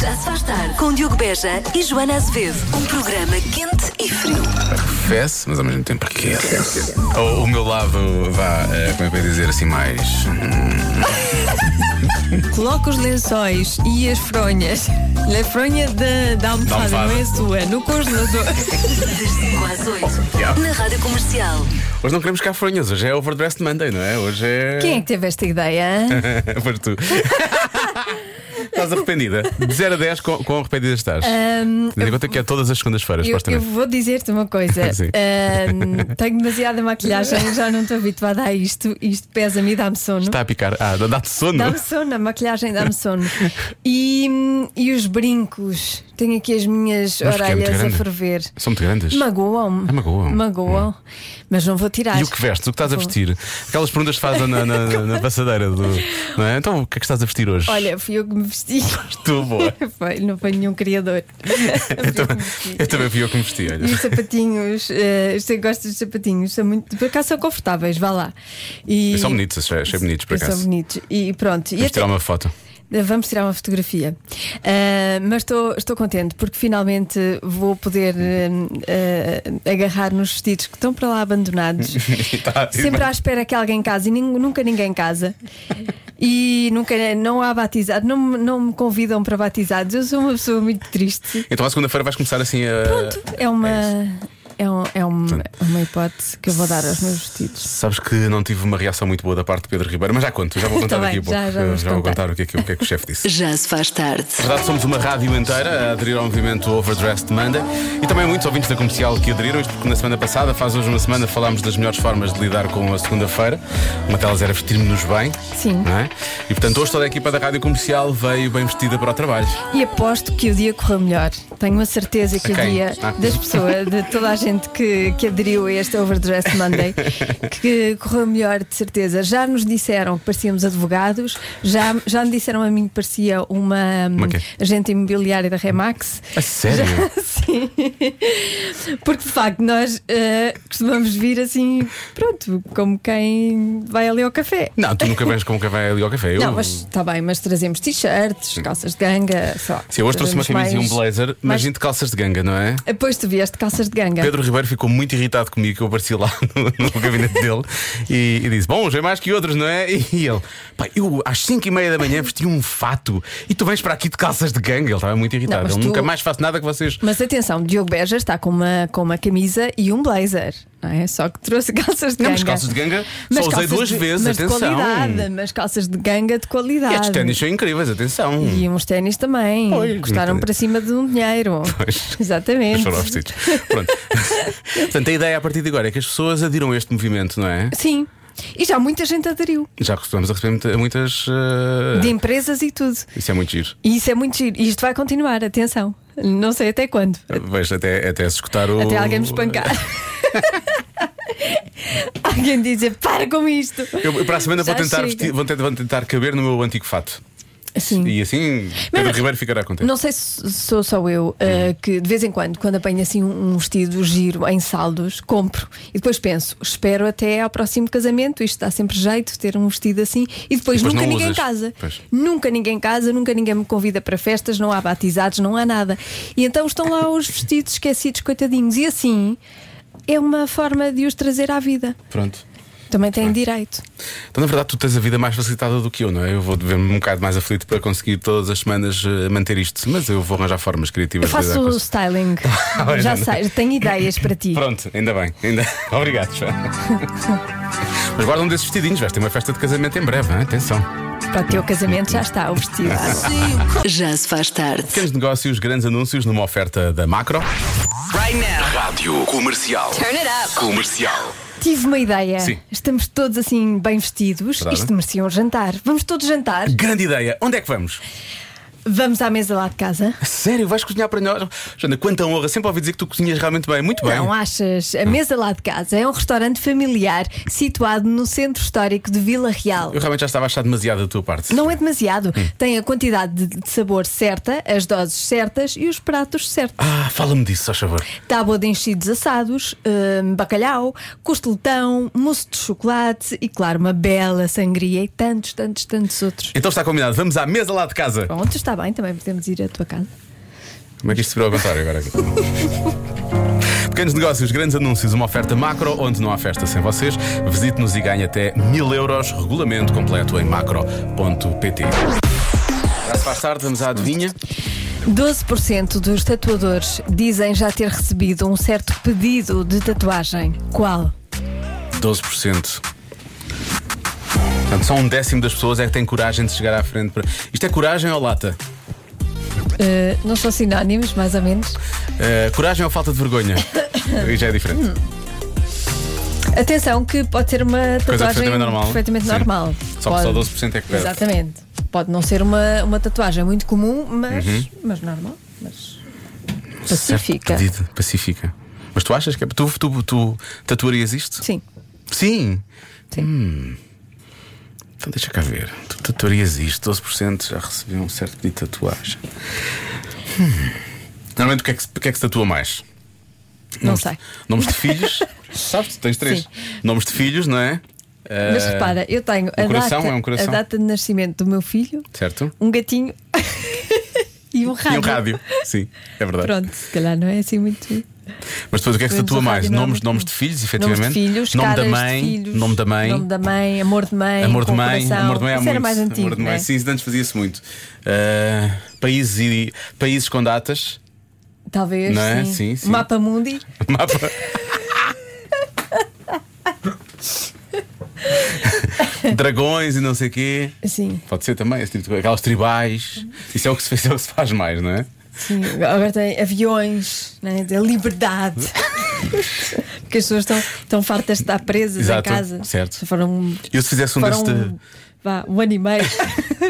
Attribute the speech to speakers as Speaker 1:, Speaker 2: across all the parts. Speaker 1: se faz tarde com Diogo Beja e Joana Azevedo. Um programa quente e frio.
Speaker 2: Fesse, mas ao mesmo tempo aquece. O, o meu lado, vá, eh, como é que eu ia dizer assim, mais.
Speaker 3: Coloca os lençóis e as fronhas na fronha da, da almofada,
Speaker 2: Da almofada.
Speaker 3: não é sua, no congelador.
Speaker 1: Das 5 às 8.
Speaker 2: Yeah.
Speaker 1: Na Rádio Comercial.
Speaker 2: Hoje não queremos cá fronhas, hoje é Overdressed Monday, não é? Hoje é.
Speaker 3: Quem é que teve esta ideia? hã?
Speaker 2: Foste tu. Estás arrependida? De 0 a 10, quão, quão arrependida estás?
Speaker 3: Ahm,
Speaker 2: Tendo em conta que é todas as segundas-feiras,
Speaker 3: Ah, eu, eu
Speaker 2: supostamente.
Speaker 3: vou dizer-te uma coisa.
Speaker 2: Sim.
Speaker 3: Ahm, tenho demasiada maquilhagem, já não estou habituada a isto. Isto pesa-me e dá-me sono.
Speaker 2: Está a picar. Ah, dá- dá-te sono.
Speaker 3: Dá-me sono, a maquilhagem dá-me sono. E, hum, e os brincos? Tenho aqui as minhas
Speaker 2: Mas porque é muito
Speaker 3: orelhas a
Speaker 2: grande.
Speaker 3: ferver.
Speaker 2: São muito grandes.
Speaker 3: Magoam-me.
Speaker 2: Ah, magoam.
Speaker 3: Magoam. Mas não vou tirar.
Speaker 2: E o que vestes? O que estás a
Speaker 3: Vou.
Speaker 2: vestir? Aquelas perguntas que fazem na, na, na passadeira do. Não é? Então o que é que estás a vestir hoje?
Speaker 3: Olha, fui eu que me vesti.
Speaker 2: Tu, boa.
Speaker 3: Foi, não foi nenhum criador.
Speaker 2: Eu também, eu também fui eu que me vesti,
Speaker 3: E
Speaker 2: olha.
Speaker 3: os sapatinhos, eh, eu gosto dos sapatinhos, são muito, por acaso são confortáveis, vá lá. E,
Speaker 2: São bonitos, achei, achei bonitos por
Speaker 3: São
Speaker 2: acaso.
Speaker 3: bonitos. E pronto, e
Speaker 2: Vamos
Speaker 3: até-
Speaker 2: tirar um- uma foto.
Speaker 3: vamos tirar uma fotografia. Ah, mas estou, estou contente porque finalmente vou poder eh, eh, agarrar nos vestidos que estão para lá abandonados.
Speaker 2: Tá,
Speaker 3: Sempre à espera que alguém case e nin- nunca ninguém casa. E nunca não há batizado, não, me- não me convidam para batizados. Eu sou uma pessoa muito triste.
Speaker 2: Então à segunda-feira vais começar assim a.
Speaker 3: Pronto, é uma. É, um- é um- uma hipótese que eu vou dar aos meus vestidos.
Speaker 2: Sabes que não tive uma reação muito boa da parte de Pedro Ribeiro, mas já conto, já vou contar
Speaker 3: Tá bem,
Speaker 2: daqui a pouco.
Speaker 3: já- já vamos
Speaker 2: vou
Speaker 3: contar.
Speaker 2: contar o que é que, o que é que o chefe disse.
Speaker 1: Já se faz tarde.
Speaker 2: Na verdade, somos uma rádio inteira a aderir ao movimento Overdressed Monday e também muitos ouvintes da comercial que aderiram, isto porque na semana passada, faz hoje uma semana, falámos das melhores formas de lidar com a segunda-feira. Uma delas era vestir-nos bem.
Speaker 3: Sim.
Speaker 2: Não é? E portanto, hoje toda a equipa da rádio comercial veio bem vestida para o trabalho.
Speaker 3: E aposto que o dia correu melhor. Tenho a certeza que
Speaker 2: A quem?
Speaker 3: o dia
Speaker 2: Ah.
Speaker 3: das pessoas, de toda a gente que, que aderiu a este Overdress Monday, que correu melhor, de certeza. Já nos disseram que parecíamos advogados, já, já me disseram a mim que parecia uma,
Speaker 2: Uma quê?
Speaker 3: agente imobiliária da Remax.
Speaker 2: A sério?
Speaker 3: Já- sim. Porque de facto nós eh, costumamos vir assim, pronto, como quem vai ali ao café.
Speaker 2: Não, tu nunca vens como que vai ali ao café. Eu-
Speaker 3: Não, mas está bem, mas trazemos t-shirts, calças de ganga, só.
Speaker 2: Sim, hoje trouxe uma camisa
Speaker 3: Trazemos
Speaker 2: e um
Speaker 3: mais-
Speaker 2: blazer, mas gente de calças de ganga, não é?
Speaker 3: Depois tu vieste calças de ganga.
Speaker 2: Pedro Ribeiro ficou muito irritado comigo que eu apareci lá no, no gabinete dele e, e disse: Bom, hoje é mais que outros, não é? E ele, pá, eu às 5 e meia da manhã vesti um fato e tu vens para aqui de calças de ganga. Ele estava muito irritado.
Speaker 3: Não, mas
Speaker 2: ele
Speaker 3: tu-
Speaker 2: nunca mais faço nada que vocês.
Speaker 3: Mas atenção, Diogo Beja está com uma, com uma camisa e um blazer, não é? Só que trouxe calças de
Speaker 2: Não,
Speaker 3: ganga.
Speaker 2: mas calças de ganga
Speaker 3: Mas
Speaker 2: só usei
Speaker 3: calças
Speaker 2: duas
Speaker 3: de-
Speaker 2: vezes,
Speaker 3: mas de
Speaker 2: atenção.
Speaker 3: qualidade, mas calças de ganga de
Speaker 2: E
Speaker 3: qualidade.
Speaker 2: estes ténis são incríveis, atenção.
Speaker 3: E uns ténis também.
Speaker 2: Pois,
Speaker 3: Custaram
Speaker 2: muito.
Speaker 3: para cima de um dinheiro.
Speaker 2: Pois. Mas
Speaker 3: Exatamente.
Speaker 2: foram vestidos. Pronto. Portanto, a ideia a partir de agora é que as pessoas adiram a este movimento, não é?
Speaker 3: Sim. E já muita gente aderiu.
Speaker 2: Já estamos a receber muita- muitas. eh,
Speaker 3: De empresas e tudo.
Speaker 2: Isso é muito giro.
Speaker 3: E isso é muito giro. E isto vai continuar, atenção. Não sei até quando.
Speaker 2: Vejo até, até se escutar o.
Speaker 3: Até alguém me espancar. alguém dizer, para com isto.
Speaker 2: Eu, eu para a semana vou
Speaker 3: Já
Speaker 2: tentar,
Speaker 3: chega.
Speaker 2: vestir- vou, tentar, vou tentar caber no meu antigo fato.
Speaker 3: Assim.
Speaker 2: E assim Pedro
Speaker 3: mas-
Speaker 2: Ribeiro ficará contente.
Speaker 3: Não sei se sou só eu
Speaker 2: Uhum.
Speaker 3: eh, que de vez em quando, quando apanho assim um um vestido giro em saldos, compro e depois penso, espero até ao próximo casamento, isto dá sempre jeito ter um vestido assim e depois,
Speaker 2: Depois
Speaker 3: nunca
Speaker 2: não
Speaker 3: ninguém
Speaker 2: usas.
Speaker 3: casa.
Speaker 2: Pois.
Speaker 3: Nunca ninguém casa, nunca ninguém me convida para festas, não há batizados, não há nada. E então estão lá os vestidos esquecidos, coitadinhos, e assim é uma forma de os trazer à vida.
Speaker 2: Pronto.
Speaker 3: Também têm direito.
Speaker 2: Então, na verdade, tu tens a vida mais facilitada do que eu, não é? Eu vou ver-me um bocado mais aflito para conseguir todas as semanas eh, manter isto, mas eu vou arranjar formas
Speaker 3: Eu
Speaker 2: criativas de lidar
Speaker 3: faço
Speaker 2: com isso.
Speaker 3: styling.
Speaker 2: Olha,
Speaker 3: Já
Speaker 2: não.
Speaker 3: sei, tenho ideias para ti.
Speaker 2: Pronto, ainda bem. Ainda... Obrigado, João. Mas guarda um desses vestidinhos, vais ter uma festa de casamento em breve, hein? atenção.
Speaker 3: Para o teu casamento já está o vestido.
Speaker 1: Já se faz tarde.
Speaker 2: Pequenos negócios, grandes anúncios numa oferta da Macro.
Speaker 4: Rádio Comercial.
Speaker 1: Turn it up.
Speaker 4: Comercial.
Speaker 3: Tive uma ideia.
Speaker 2: Sim.
Speaker 3: Estamos todos assim bem vestidos.
Speaker 2: Verdade.
Speaker 3: Isto merecia um jantar. Vamos todos jantar.
Speaker 2: Grande ideia. Onde é que vamos?
Speaker 3: Vamos à mesa lá de casa.
Speaker 2: Sério, vais cozinhar para nós? Jana, quanta honra. Sempre ouvi dizer que tu cozinhas realmente bem. Muito bem. Hum.
Speaker 3: Não é. achas? A mesa lá de casa é um restaurante familiar situado no centro histórico de Vila Real.
Speaker 2: Eu Hum. realmente já estava a achar demasiado da tua parte.
Speaker 3: Não é demasiado. Tem a quantidade de- de sabor certa, as doses certas e os pratos certos.
Speaker 2: Ah, fala-me disso, só favor.
Speaker 3: Tábua de enchidos assados, hum, bacalhau, costeletão, mousse de chocolate e, claro, uma bela sangria e tantos, tantos, tantos outros.
Speaker 2: Então está combinado, vamos à mesa lá de casa.
Speaker 3: Pronto, está bem, também podemos ir à tua casa.
Speaker 2: Como é que isto se virou ao contrário agora? aqui? Pequenos negócios, grandes anúncios, uma oferta macro, onde não há festa sem vocês. Visite-nos e ganhe até mil euros. Regulamento completo em macro.pt. Já se faz tarde, vamos à adivinha.
Speaker 3: 12% dos tatuadores dizem já ter recebido um certo pedido de tatuagem. Qual?
Speaker 2: 12%. Portanto, só um décimo das pessoas é que tem coragem de chegar à frente. Para... Isto é coragem ou lata?
Speaker 3: Eh, não são sinónimos, mais ou menos.
Speaker 2: Eh, coragem ou falta de vergonha? Aí já é
Speaker 3: Hum,
Speaker 2: diferente.
Speaker 3: Atenção, que pode ser uma
Speaker 2: Coisa
Speaker 3: tatuagem
Speaker 2: perfeitamente normal.
Speaker 3: perfeitamente
Speaker 2: Sim.
Speaker 3: normal.
Speaker 2: Só que
Speaker 3: pode,
Speaker 2: só 12% é que perde.
Speaker 3: Exatamente. Pode não ser uma, uma tatuagem muito comum, mas, mas normal. Mas pacífica.
Speaker 2: Uhum. Certo pedido, pacifica. Mas tu achas que é. Tu, tu, tu tatuarias isto?
Speaker 3: Sim,
Speaker 2: Sim.
Speaker 3: sim.
Speaker 2: Hum, Então deixa cá ver. Tu tatuarias isto, 12% já recebeu um certo pedido de tatuagem. Hum. Normalmente o que, é que, se- o que é que se tatua mais?
Speaker 3: Não
Speaker 2: Nomes-
Speaker 3: sei.
Speaker 2: Nomes de filhos? Sabes? tu Tens três.
Speaker 3: Sim.
Speaker 2: Nomes de filhos, não é?
Speaker 3: Mas
Speaker 2: Eh,
Speaker 3: repara, eu tenho a,
Speaker 2: coração é
Speaker 3: data,
Speaker 2: um coração?
Speaker 3: a data de nascimento do meu filho,
Speaker 2: Certo?
Speaker 3: um gatinho e um rádio.
Speaker 2: E um rádio. Sim, é verdade.
Speaker 3: Pronto, se calhar não é assim muito.
Speaker 2: Mas depois o que é que se
Speaker 3: Vemos
Speaker 2: tatua
Speaker 3: o
Speaker 2: mais?
Speaker 3: rádio, não é
Speaker 2: Nomes,
Speaker 3: muito
Speaker 2: nomes
Speaker 3: bom.
Speaker 2: de filhos, efetivamente?
Speaker 3: Nomes de filhos,
Speaker 2: nome, da
Speaker 3: caras de
Speaker 2: mãe,
Speaker 3: filhos,
Speaker 2: nome da mãe.
Speaker 3: nome da mãe, amor de mãe,
Speaker 2: Amor de
Speaker 3: com
Speaker 2: mãe,
Speaker 3: coração.
Speaker 2: amor de mãe há
Speaker 3: Isso
Speaker 2: muito.
Speaker 3: era mais antigo.
Speaker 2: amor de mãe,
Speaker 3: não é?
Speaker 2: sim, antes fazia-se muito. Eh, países, e, países com datas.
Speaker 3: Talvez.
Speaker 2: Não é?
Speaker 3: sim.
Speaker 2: Sim, sim.
Speaker 3: Mapa Mundi.
Speaker 2: Mapa. Dragões e não sei o quê.
Speaker 3: Sim,
Speaker 2: Pode ser também, esse tipo de coisa. aquelas tribais. Isso é o que se fez, é o que se faz mais, não é?
Speaker 3: sim. Agora tem aviões, né? da liberdade. Porque as pessoas estão, estão fartas de estar presas
Speaker 2: Exato,
Speaker 3: em casa.
Speaker 2: certo.
Speaker 3: Foram,
Speaker 2: Eu se fizesse um
Speaker 3: foram
Speaker 2: deste.
Speaker 3: vá, um ano e meio.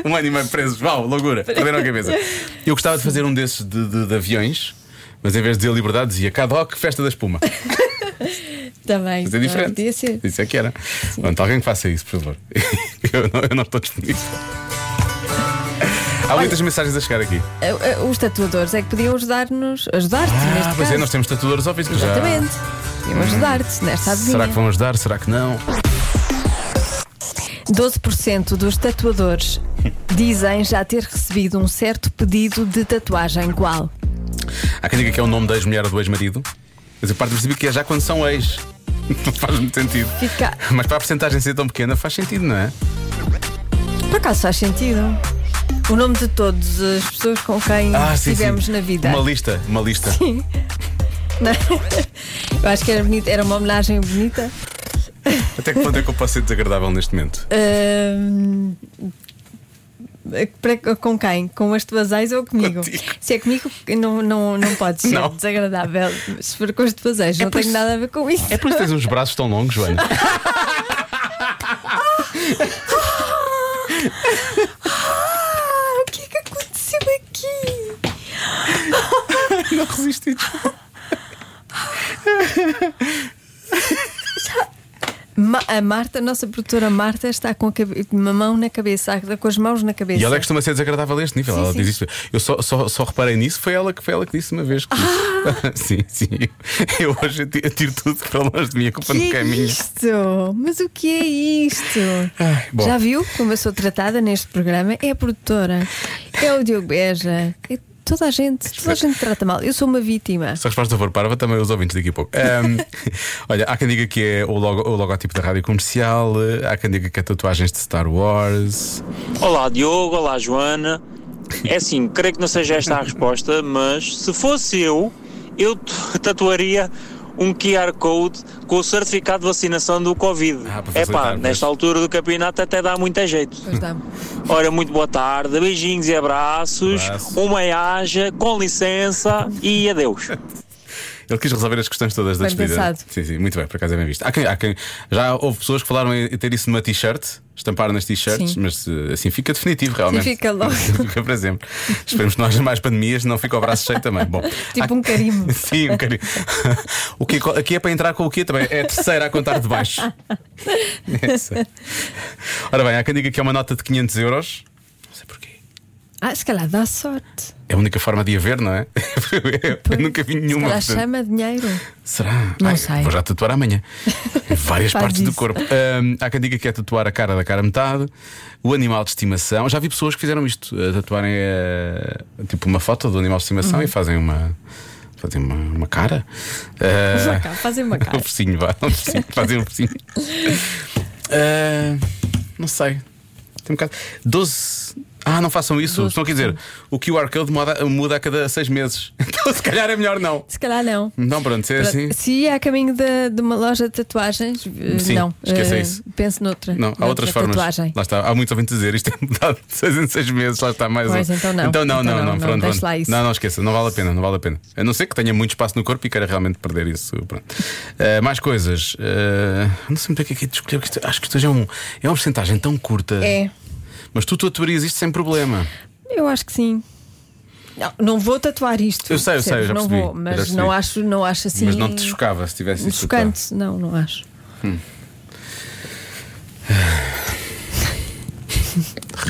Speaker 2: Um ano e meio presos, uau, loucura, perderam a cabeça. Eu gostava de fazer um desses de, de- de aviões, mas em vez de dizer liberdade, dizia Cadoc, festa da espuma.
Speaker 3: Também.
Speaker 2: Mas é diferente.
Speaker 3: Ah, Podia ser.
Speaker 2: Isso é que era. Pronto, alguém que faça isso, por favor. Eu não, eu não estou disponível. Há muitas mensagens a chegar aqui.
Speaker 3: Eh, eh, Os tatuadores é que podiam ajudar-nos, ajudar-te
Speaker 2: Ah,
Speaker 3: neste
Speaker 2: pois
Speaker 3: caso.
Speaker 2: é, nós temos tatuadores ao vivo que já.
Speaker 3: Exatamente. Tá Podiam ajudar-te nesta adivinha.
Speaker 2: Será que vão ajudar? Será que não?
Speaker 3: 12% dos tatuadores dizem já ter recebido um certo pedido de tatuagem. Qual?
Speaker 2: Há quem diga que é o nome da ex-mulher ou do ex-marido. Mas eu parto do princípio que é já quando são ex. Não faz muito sentido.
Speaker 3: Fica-
Speaker 2: Mas para a porcentagem ser tão pequena faz sentido, não é?
Speaker 3: Por acaso faz sentido? O nome de todas as pessoas com quem estivemos na vida.
Speaker 2: Ah, Uma lista, uma lista.
Speaker 3: Não? Eu acho que era bonito, era uma homenagem bonita.
Speaker 2: Até que ponto é que eu posso ser desagradável neste momento?
Speaker 3: Ahm, para- com quem? Com as tuas ex ou comigo?
Speaker 2: Contigo.
Speaker 3: Se é comigo, não, não, não pode ser
Speaker 2: Não.
Speaker 3: desagradável. Se for com as tuas ex, não
Speaker 2: por
Speaker 3: tenho
Speaker 2: isso-
Speaker 3: nada a ver com isso.
Speaker 2: É por isso que tens uns braços tão longos, Joana.
Speaker 3: Ah, o que é que aconteceu aqui?
Speaker 2: Não resisti. desculpa.
Speaker 3: Ma- a Marta, a nossa produtora Marta, está com a cabe- uma mão na cabeça, com as mãos na cabeça.
Speaker 2: E ela é que costuma ser desagradável a este nível.
Speaker 3: Sim,
Speaker 2: ela
Speaker 3: sim.
Speaker 2: diz isso. Eu só, só, só reparei nisso, foi ela, que, foi ela que disse uma vez. Que... sim, sim. Eu hoje ti- tiro tudo para longe de mim, a culpa
Speaker 3: que
Speaker 2: no
Speaker 3: é
Speaker 2: caminho.
Speaker 3: isto? Mas o que é isto?
Speaker 2: Ai, bom.
Speaker 3: Já viu como eu sou tratada neste programa? É a produtora, é o Diogo Beja, é toda a gente, toda a gente trata mal. Eu sou uma vítima.
Speaker 2: Se a resposta for parva, também os ouvintes daqui a pouco. Ahm, olha, há quem diga que é o, logo, o logotipo da rádio comercial, eh, há quem diga que é tatuagens de Star Wars.
Speaker 5: Olá Diogo, olá Joana. É assim, creio que não seja esta a resposta, mas se fosse eu, eu t- tatuaria um QR Code com o certificado de vacinação do Covid.
Speaker 2: Ah, para
Speaker 5: É
Speaker 2: facilitar,
Speaker 5: pá,
Speaker 2: pois.
Speaker 5: nesta altura do campeonato até dá muito jeito.
Speaker 3: Pois dá.
Speaker 5: Ora, muito boa tarde, beijinhos e abraços,
Speaker 2: Abraço.
Speaker 5: uma haja, com licença e adeus.
Speaker 2: Ele quis resolver as questões todas da
Speaker 3: Bem
Speaker 2: despedida.
Speaker 3: pensado.
Speaker 2: Sim, sim, muito bem, por acaso é bem visto. Há quem, há quem- já houve pessoas que falaram em ter isso numa t-shirt, estampar nas t-shirts,
Speaker 3: Sim.
Speaker 2: mas eh, assim fica definitivo realmente.
Speaker 3: fica logo.
Speaker 2: fica para sempre. Esperemos que não haja mais pandemias, não fica o braço cheio também. Bom,
Speaker 3: Tipo
Speaker 2: há-
Speaker 3: um carimbo.
Speaker 2: Sim, um carimbo. O que, aqui é para entrar com o quê também? É a terceira a contar de baixo. É Essa. Ora bem, há quem diga que é uma nota de 500 euros. Não sei porquê.
Speaker 3: Ah, se calhar dá sorte.
Speaker 2: É a única forma de haver, não é? Eu nunca vi
Speaker 3: Se
Speaker 2: nenhuma.
Speaker 3: calhar
Speaker 2: portanto.
Speaker 3: chama dinheiro.
Speaker 2: Será?
Speaker 3: Não sei.
Speaker 2: Vou já tatuar amanhã. Em várias
Speaker 3: Faz
Speaker 2: partes do
Speaker 3: isso.
Speaker 2: corpo. Ahm, há quem diga que é tatuar a cara da cara a metade, o animal de estimação. Já vi pessoas que fizeram isto, eh, tatuarem eh, tipo uma foto do animal de
Speaker 3: Uhum.
Speaker 2: estimação e fazem uma. Fazem uma, uma cara. Ah,
Speaker 3: Uma cara, fazem uma cara.
Speaker 2: um focinho, vá. Um focinho, fazem um focinho. Ah, não sei. Tem um bocado. 12. Ah, não façam isso. Estão aqui a dizer o QR Code muda, muda a cada seis meses. Então, se calhar é melhor não.
Speaker 3: Se calhar não.
Speaker 2: Não, pronto, se é
Speaker 3: Pronto,
Speaker 2: assim.
Speaker 3: Se é a caminho de, de uma loja de tatuagens, eh,
Speaker 2: Sim,
Speaker 3: não.
Speaker 2: esqueça
Speaker 3: Eh,
Speaker 2: isso.
Speaker 3: Penso noutra.
Speaker 2: Não, há
Speaker 3: noutra
Speaker 2: outras formas.
Speaker 3: Tatuagem.
Speaker 2: Lá está, há muitos ouvintes a dizer isto é mudado de 6 em 6 meses, lá está mais
Speaker 3: Pois,
Speaker 2: um.
Speaker 3: então não.
Speaker 2: Então não,
Speaker 3: Então
Speaker 2: não,
Speaker 3: não,
Speaker 2: não,
Speaker 3: não,
Speaker 2: pronto,
Speaker 3: deixe
Speaker 2: pronto.
Speaker 3: lá isso.
Speaker 2: Não, não esqueça, não vale a pena, não vale a pena. A não ser que tenha muito espaço no corpo e queira realmente perder isso. pronto. Eh, mais coisas. Eh, não sei muito bem o que é que é de escolher, porque isto- acho que isto já é, um, é uma porcentagem tão curta.
Speaker 3: É.
Speaker 2: Mas tu tatuarias isto sem problema.
Speaker 3: Eu acho que sim. Não, não vou tatuar isto.
Speaker 2: Eu sei, eu sei,
Speaker 3: percebes?
Speaker 2: eu já
Speaker 3: Não
Speaker 2: percebi,
Speaker 3: vou,
Speaker 2: eu já
Speaker 3: mas
Speaker 2: percebi.
Speaker 3: não acho, não acho assim.
Speaker 2: Mas não te chocava se tivesse isso. então. tatuado.
Speaker 3: Chocante, não, não acho.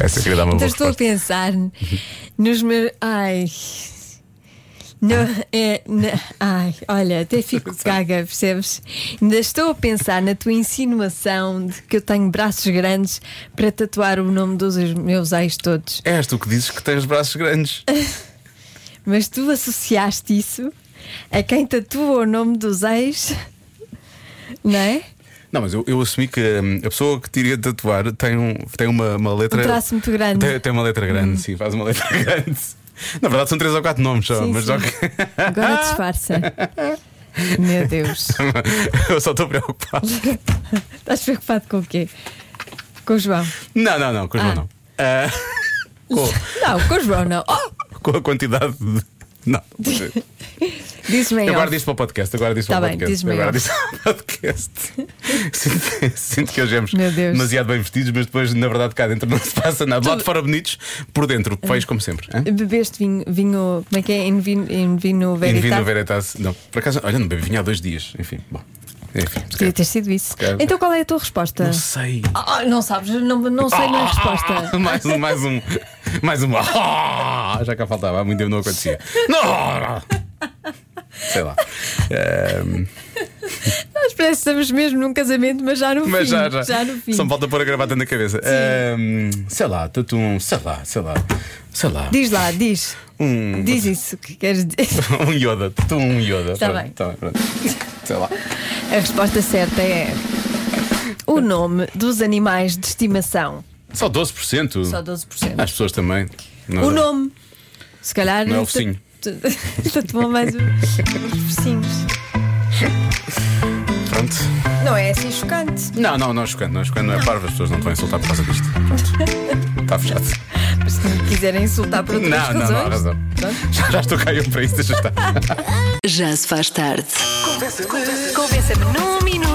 Speaker 2: Essa é eu queria dar uma boa
Speaker 3: Então estou a
Speaker 2: resposta.
Speaker 3: pensar
Speaker 2: Uhum.
Speaker 3: nos meus. Ai. Não, é, na- ai, olha, até fico gaga, percebes? Ainda estou a pensar na tua insinuação de que eu tenho braços grandes para tatuar o nome dos meus ex todos.
Speaker 2: És tu que dizes que tens braços grandes.
Speaker 3: Mas tu associaste isso a quem tatua o nome dos ex, não é?
Speaker 2: Não, mas eu, eu assumi que hum, a pessoa que tiria de tatuar tem, um, tem uma, uma letra.
Speaker 3: Um traço muito grande. Hum.
Speaker 2: Tem, tem uma letra grande, sim, faz uma letra grande. Na verdade são três ou quatro nomes só, Tá,
Speaker 3: Sim,
Speaker 2: mas
Speaker 3: sim.
Speaker 2: ok.
Speaker 3: Agora disfarça. Meu Deus.
Speaker 2: eu só estou preocupado.
Speaker 3: Estás preocupado com o quê? Com o João.
Speaker 2: Não, não, não, com o João
Speaker 3: Ah.
Speaker 2: não. Ah,
Speaker 3: Não, com o João não. Oh,
Speaker 2: com a quantidade de. Não.
Speaker 3: Diz-me em
Speaker 2: Eu guardo
Speaker 3: off.
Speaker 2: isto para o podcast, eu guardo isto
Speaker 3: Tá
Speaker 2: para o
Speaker 3: bem,
Speaker 2: podcast.
Speaker 3: diz-me
Speaker 2: Eu guardo
Speaker 3: em
Speaker 2: isto para o podcast. Sinto, sinto que hoje éramos
Speaker 3: Meu Deus.
Speaker 2: demasiado bem vestidos, mas depois, na verdade, cá dentro não se passa nada. Lá de fora bonitos, por dentro, feios como sempre. Hã?
Speaker 3: Bebeste vinho, vinho, como é que é? Em vinho,
Speaker 2: Em
Speaker 3: em vinho
Speaker 2: Vino
Speaker 3: veritável.
Speaker 2: Veritas. Não, por acaso, olha, não bebi vinho há dois dias. Enfim, bom. Enfim,
Speaker 3: Podia ter sido isso.
Speaker 2: calhar.
Speaker 3: Então qual é a tua resposta?
Speaker 2: não sei.
Speaker 3: Ah, não sabes, não, não sei nem a resposta.
Speaker 2: Ah! mais um, mais um, mais um. Ah, já cá faltava, há muito tempo não acontecia. Não! Sei lá. Ahm,
Speaker 3: Nós parece que estamos mesmo num casamento, mas já no
Speaker 2: mas
Speaker 3: fim.
Speaker 2: já, já.
Speaker 3: no fim.
Speaker 2: Só me falta pôr a gravata na cabeça. Ahm, sei lá, tutum, sei lá, sei lá. Sei lá.
Speaker 3: Diz lá, diz.
Speaker 2: Um-
Speaker 3: Diz isso que queres dizer.
Speaker 2: Um Yoda, tutum, um Yoda.
Speaker 3: Tá
Speaker 2: Pronto,
Speaker 3: bem.
Speaker 2: Tá bem, pronto. Sei lá.
Speaker 3: A resposta certa é. O nome dos animais de estimação.
Speaker 2: Só 12%.
Speaker 3: Só 12%.
Speaker 2: As pessoas também. Não
Speaker 3: O
Speaker 2: é?
Speaker 3: nome. Se calhar.
Speaker 2: Não é o
Speaker 3: tu-
Speaker 2: focinho.
Speaker 3: tu- Tatuou mais o- os focinhos.
Speaker 2: Pronto.
Speaker 3: Não é assim chocante.
Speaker 2: Não, não, não é chocante, não é chocante, não é parvo, as pessoas não te vão insultar por causa disto. Pronto. Está fechado.
Speaker 3: Mas se me quiserem insultar por outras
Speaker 2: Não, não,
Speaker 3: razões.
Speaker 2: não, há razão. Já, já estou cá eu para isso, deixa estar.
Speaker 1: Já se faz tarde. Convença-me num minuto.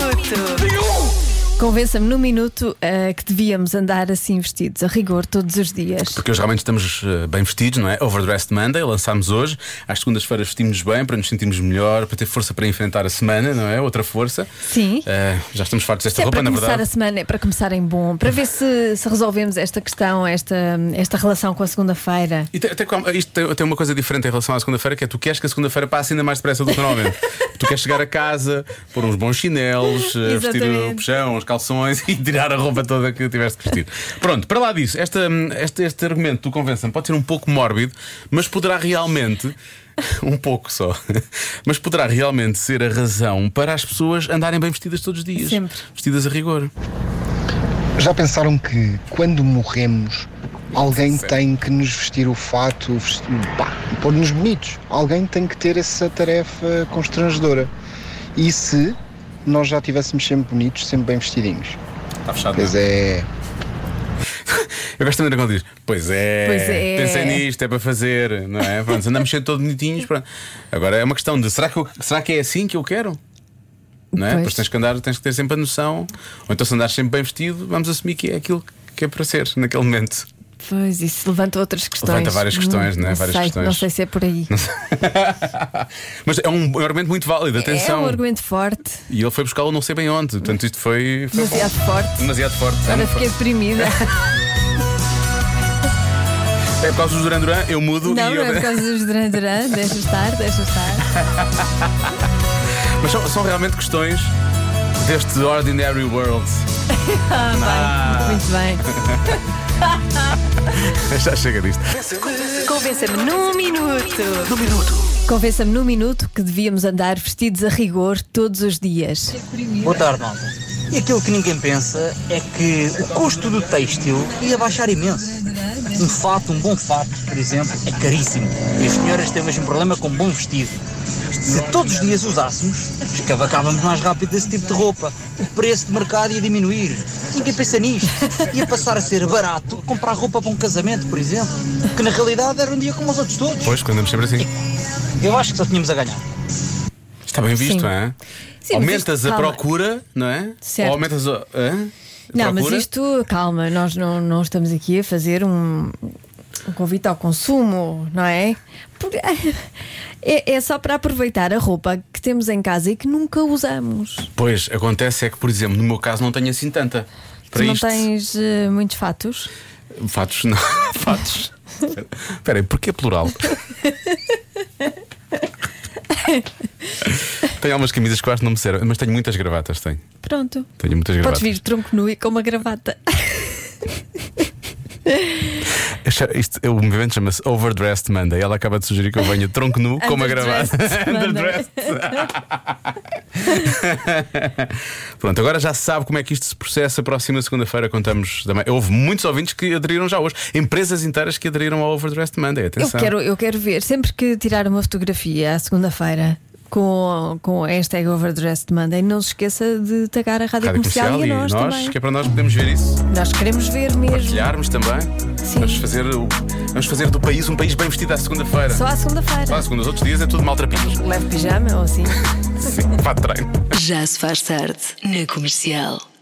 Speaker 3: Convença-me num minuto eh, que devíamos andar assim vestidos, a rigor, todos os dias.
Speaker 2: Porque hoje realmente estamos eh, bem vestidos, não é? Overdressed Monday, lançámos hoje. Às segundas-feiras vestimos-nos bem para nos sentirmos melhor, para ter força para enfrentar a semana, não é? Outra força.
Speaker 3: Sim.
Speaker 2: Eh, já estamos fartos desta
Speaker 3: é
Speaker 2: roupa,
Speaker 3: para
Speaker 2: na
Speaker 3: começar
Speaker 2: verdade.
Speaker 3: a semana, é para começar em bom, para ver se, se resolvemos esta questão, esta, esta relação com a segunda-feira.
Speaker 2: E tem, tem como- isto tem, tem uma coisa diferente em relação à segunda-feira, que é tu queres que a segunda-feira passe ainda mais depressa do que normalmente. tu queres chegar a casa, pôr uns bons chinelos, eh, vestir o
Speaker 3: Exatamente.
Speaker 2: puxão, os calções e tirar a roupa toda que tiveste que vestir. Pronto, para lá disso, esta, hum, este, este argumento do convença pode ser um pouco mórbido, mas poderá realmente. Um pouco só, mas poderá realmente ser a razão para as pessoas andarem bem vestidas todos os dias.
Speaker 3: Sempre.
Speaker 2: Vestidas a rigor.
Speaker 6: Já pensaram que quando morremos alguém tem que nos vestir o fato, vestir- pá, pôr-nos bonitos? Alguém tem que ter essa tarefa constrangedora. E se nós já estivéssemos sempre bonitos, sempre bem vestidinhos?
Speaker 2: Está fechado. não é?
Speaker 6: Pois é,
Speaker 2: Eu gosto também quando diz, pois é,
Speaker 3: Pois é.
Speaker 2: pensei nisto, é para fazer, não é? Pronto, andamos sempre todos bonitinhos. Pronto. Agora é uma questão de será que, eu- será que é assim que eu quero? Não é?
Speaker 3: Pois.
Speaker 2: Pois tens que andar, tens que ter sempre a noção. Ou então, se andares sempre bem vestido, vamos assumir que é aquilo que é para ser naquele momento.
Speaker 3: Pois, isso levanta outras questões.
Speaker 2: Levanta várias questões, não é? Várias
Speaker 3: sei,
Speaker 2: questões.
Speaker 3: Não sei se é por aí.
Speaker 2: Mas é um argumento muito válido,
Speaker 3: É
Speaker 2: atenção.
Speaker 3: um argumento forte,
Speaker 2: E ele foi buscá-lo não sei bem onde. Portanto, isto foi, foi bom.
Speaker 3: demasiado forte.
Speaker 2: demasiado forte.
Speaker 3: Agora fiquei deprimida.
Speaker 2: É por causa dos Duran Duran, eu mudo
Speaker 3: Não,
Speaker 2: e
Speaker 3: não
Speaker 2: eu.
Speaker 3: é por causa dos Duran Duran, deixa estar, deixa estar.
Speaker 2: Mas são, são realmente questões deste Ordinary World.
Speaker 3: Ah, bem, muito bem.
Speaker 2: Já chega disto.
Speaker 3: Convença-me num minuto. Num minuto. Convença-me num minuto que devíamos andar vestidos a rigor todos os dias.
Speaker 7: Boa tarde, malta. E aquilo que ninguém pensa é que o custo do têxtil ia baixar imenso. Um fato, um bom fato, por exemplo, é caríssimo. E as senhoras têm o mesmo problema com um bom vestido. Se todos os dias usássemos, escavacávamos mais rápido esse tipo de roupa. O preço de mercado ia diminuir. Ninguém pensa nisto. Ia passar a ser barato comprar roupa para um casamento, por exemplo, que na realidade era um dia como os outros todos.
Speaker 2: Pois, quando andamos sempre assim.
Speaker 7: Eu acho que só tínhamos a ganhar.
Speaker 2: Está bem visto,
Speaker 3: Sim.
Speaker 2: não é?
Speaker 3: Sim, mas
Speaker 2: aumentas
Speaker 3: isto-
Speaker 2: a
Speaker 3: calma.
Speaker 2: procura, não é?
Speaker 3: Certo.
Speaker 2: Ou aumentas a. hã? A
Speaker 3: Não, mas
Speaker 2: procura?
Speaker 3: isto, calma, nós não, não estamos aqui a fazer um, um convite ao consumo, não é? Porque- é? É só para aproveitar a roupa que temos em casa e que nunca usamos.
Speaker 2: Pois, acontece é que, por exemplo, no meu caso não tenho assim tanta. Para
Speaker 3: tu não
Speaker 2: isto.
Speaker 3: tens eh, muitos fatos?
Speaker 2: Fatos, não. Fatos. Espera aí, porquê plural? tenho algumas camisas que eu acho que não me servem, mas tenho muitas gravatas, tenho.
Speaker 3: Pronto.
Speaker 2: Tenho muitas gravatas.
Speaker 3: Podes vir tronco nu e com uma gravata.
Speaker 2: Eu cha- Isto, o movimento chama-se Overdressed Monday. Ela acaba de sugerir que eu venha tronco nu com uma gravata.
Speaker 3: Underdressed Monday.
Speaker 2: Pronto, agora já se sabe como é que isto se processa. Próxima segunda-feira contamos também. Houve muitos ouvintes que aderiram já hoje. Empresas inteiras que aderiram ao Overdressed Monday.
Speaker 3: Eu
Speaker 2: Atenção.
Speaker 3: quero, eu quero ver, sempre que tirar uma fotografia à segunda-feira com, com a hashtag Overdressed Monday, não se esqueça de tagar a rádio,
Speaker 2: Rádio
Speaker 3: comercial,
Speaker 2: comercial
Speaker 3: e a nós, também.
Speaker 2: que é para nós podermos ver isso.
Speaker 3: Nós queremos ver mesmo.
Speaker 2: partilharmos também.
Speaker 3: Sim.
Speaker 2: Vamos fazer, o- vamos fazer do país um país bem vestido à segunda-feira.
Speaker 3: Só à segunda-feira.
Speaker 2: Só à segunda, os outros dias é tudo maltrapinhos.
Speaker 3: Leve pijama ou assim.
Speaker 2: Sim, vá de treino.
Speaker 1: Já se faz tarde na comercial.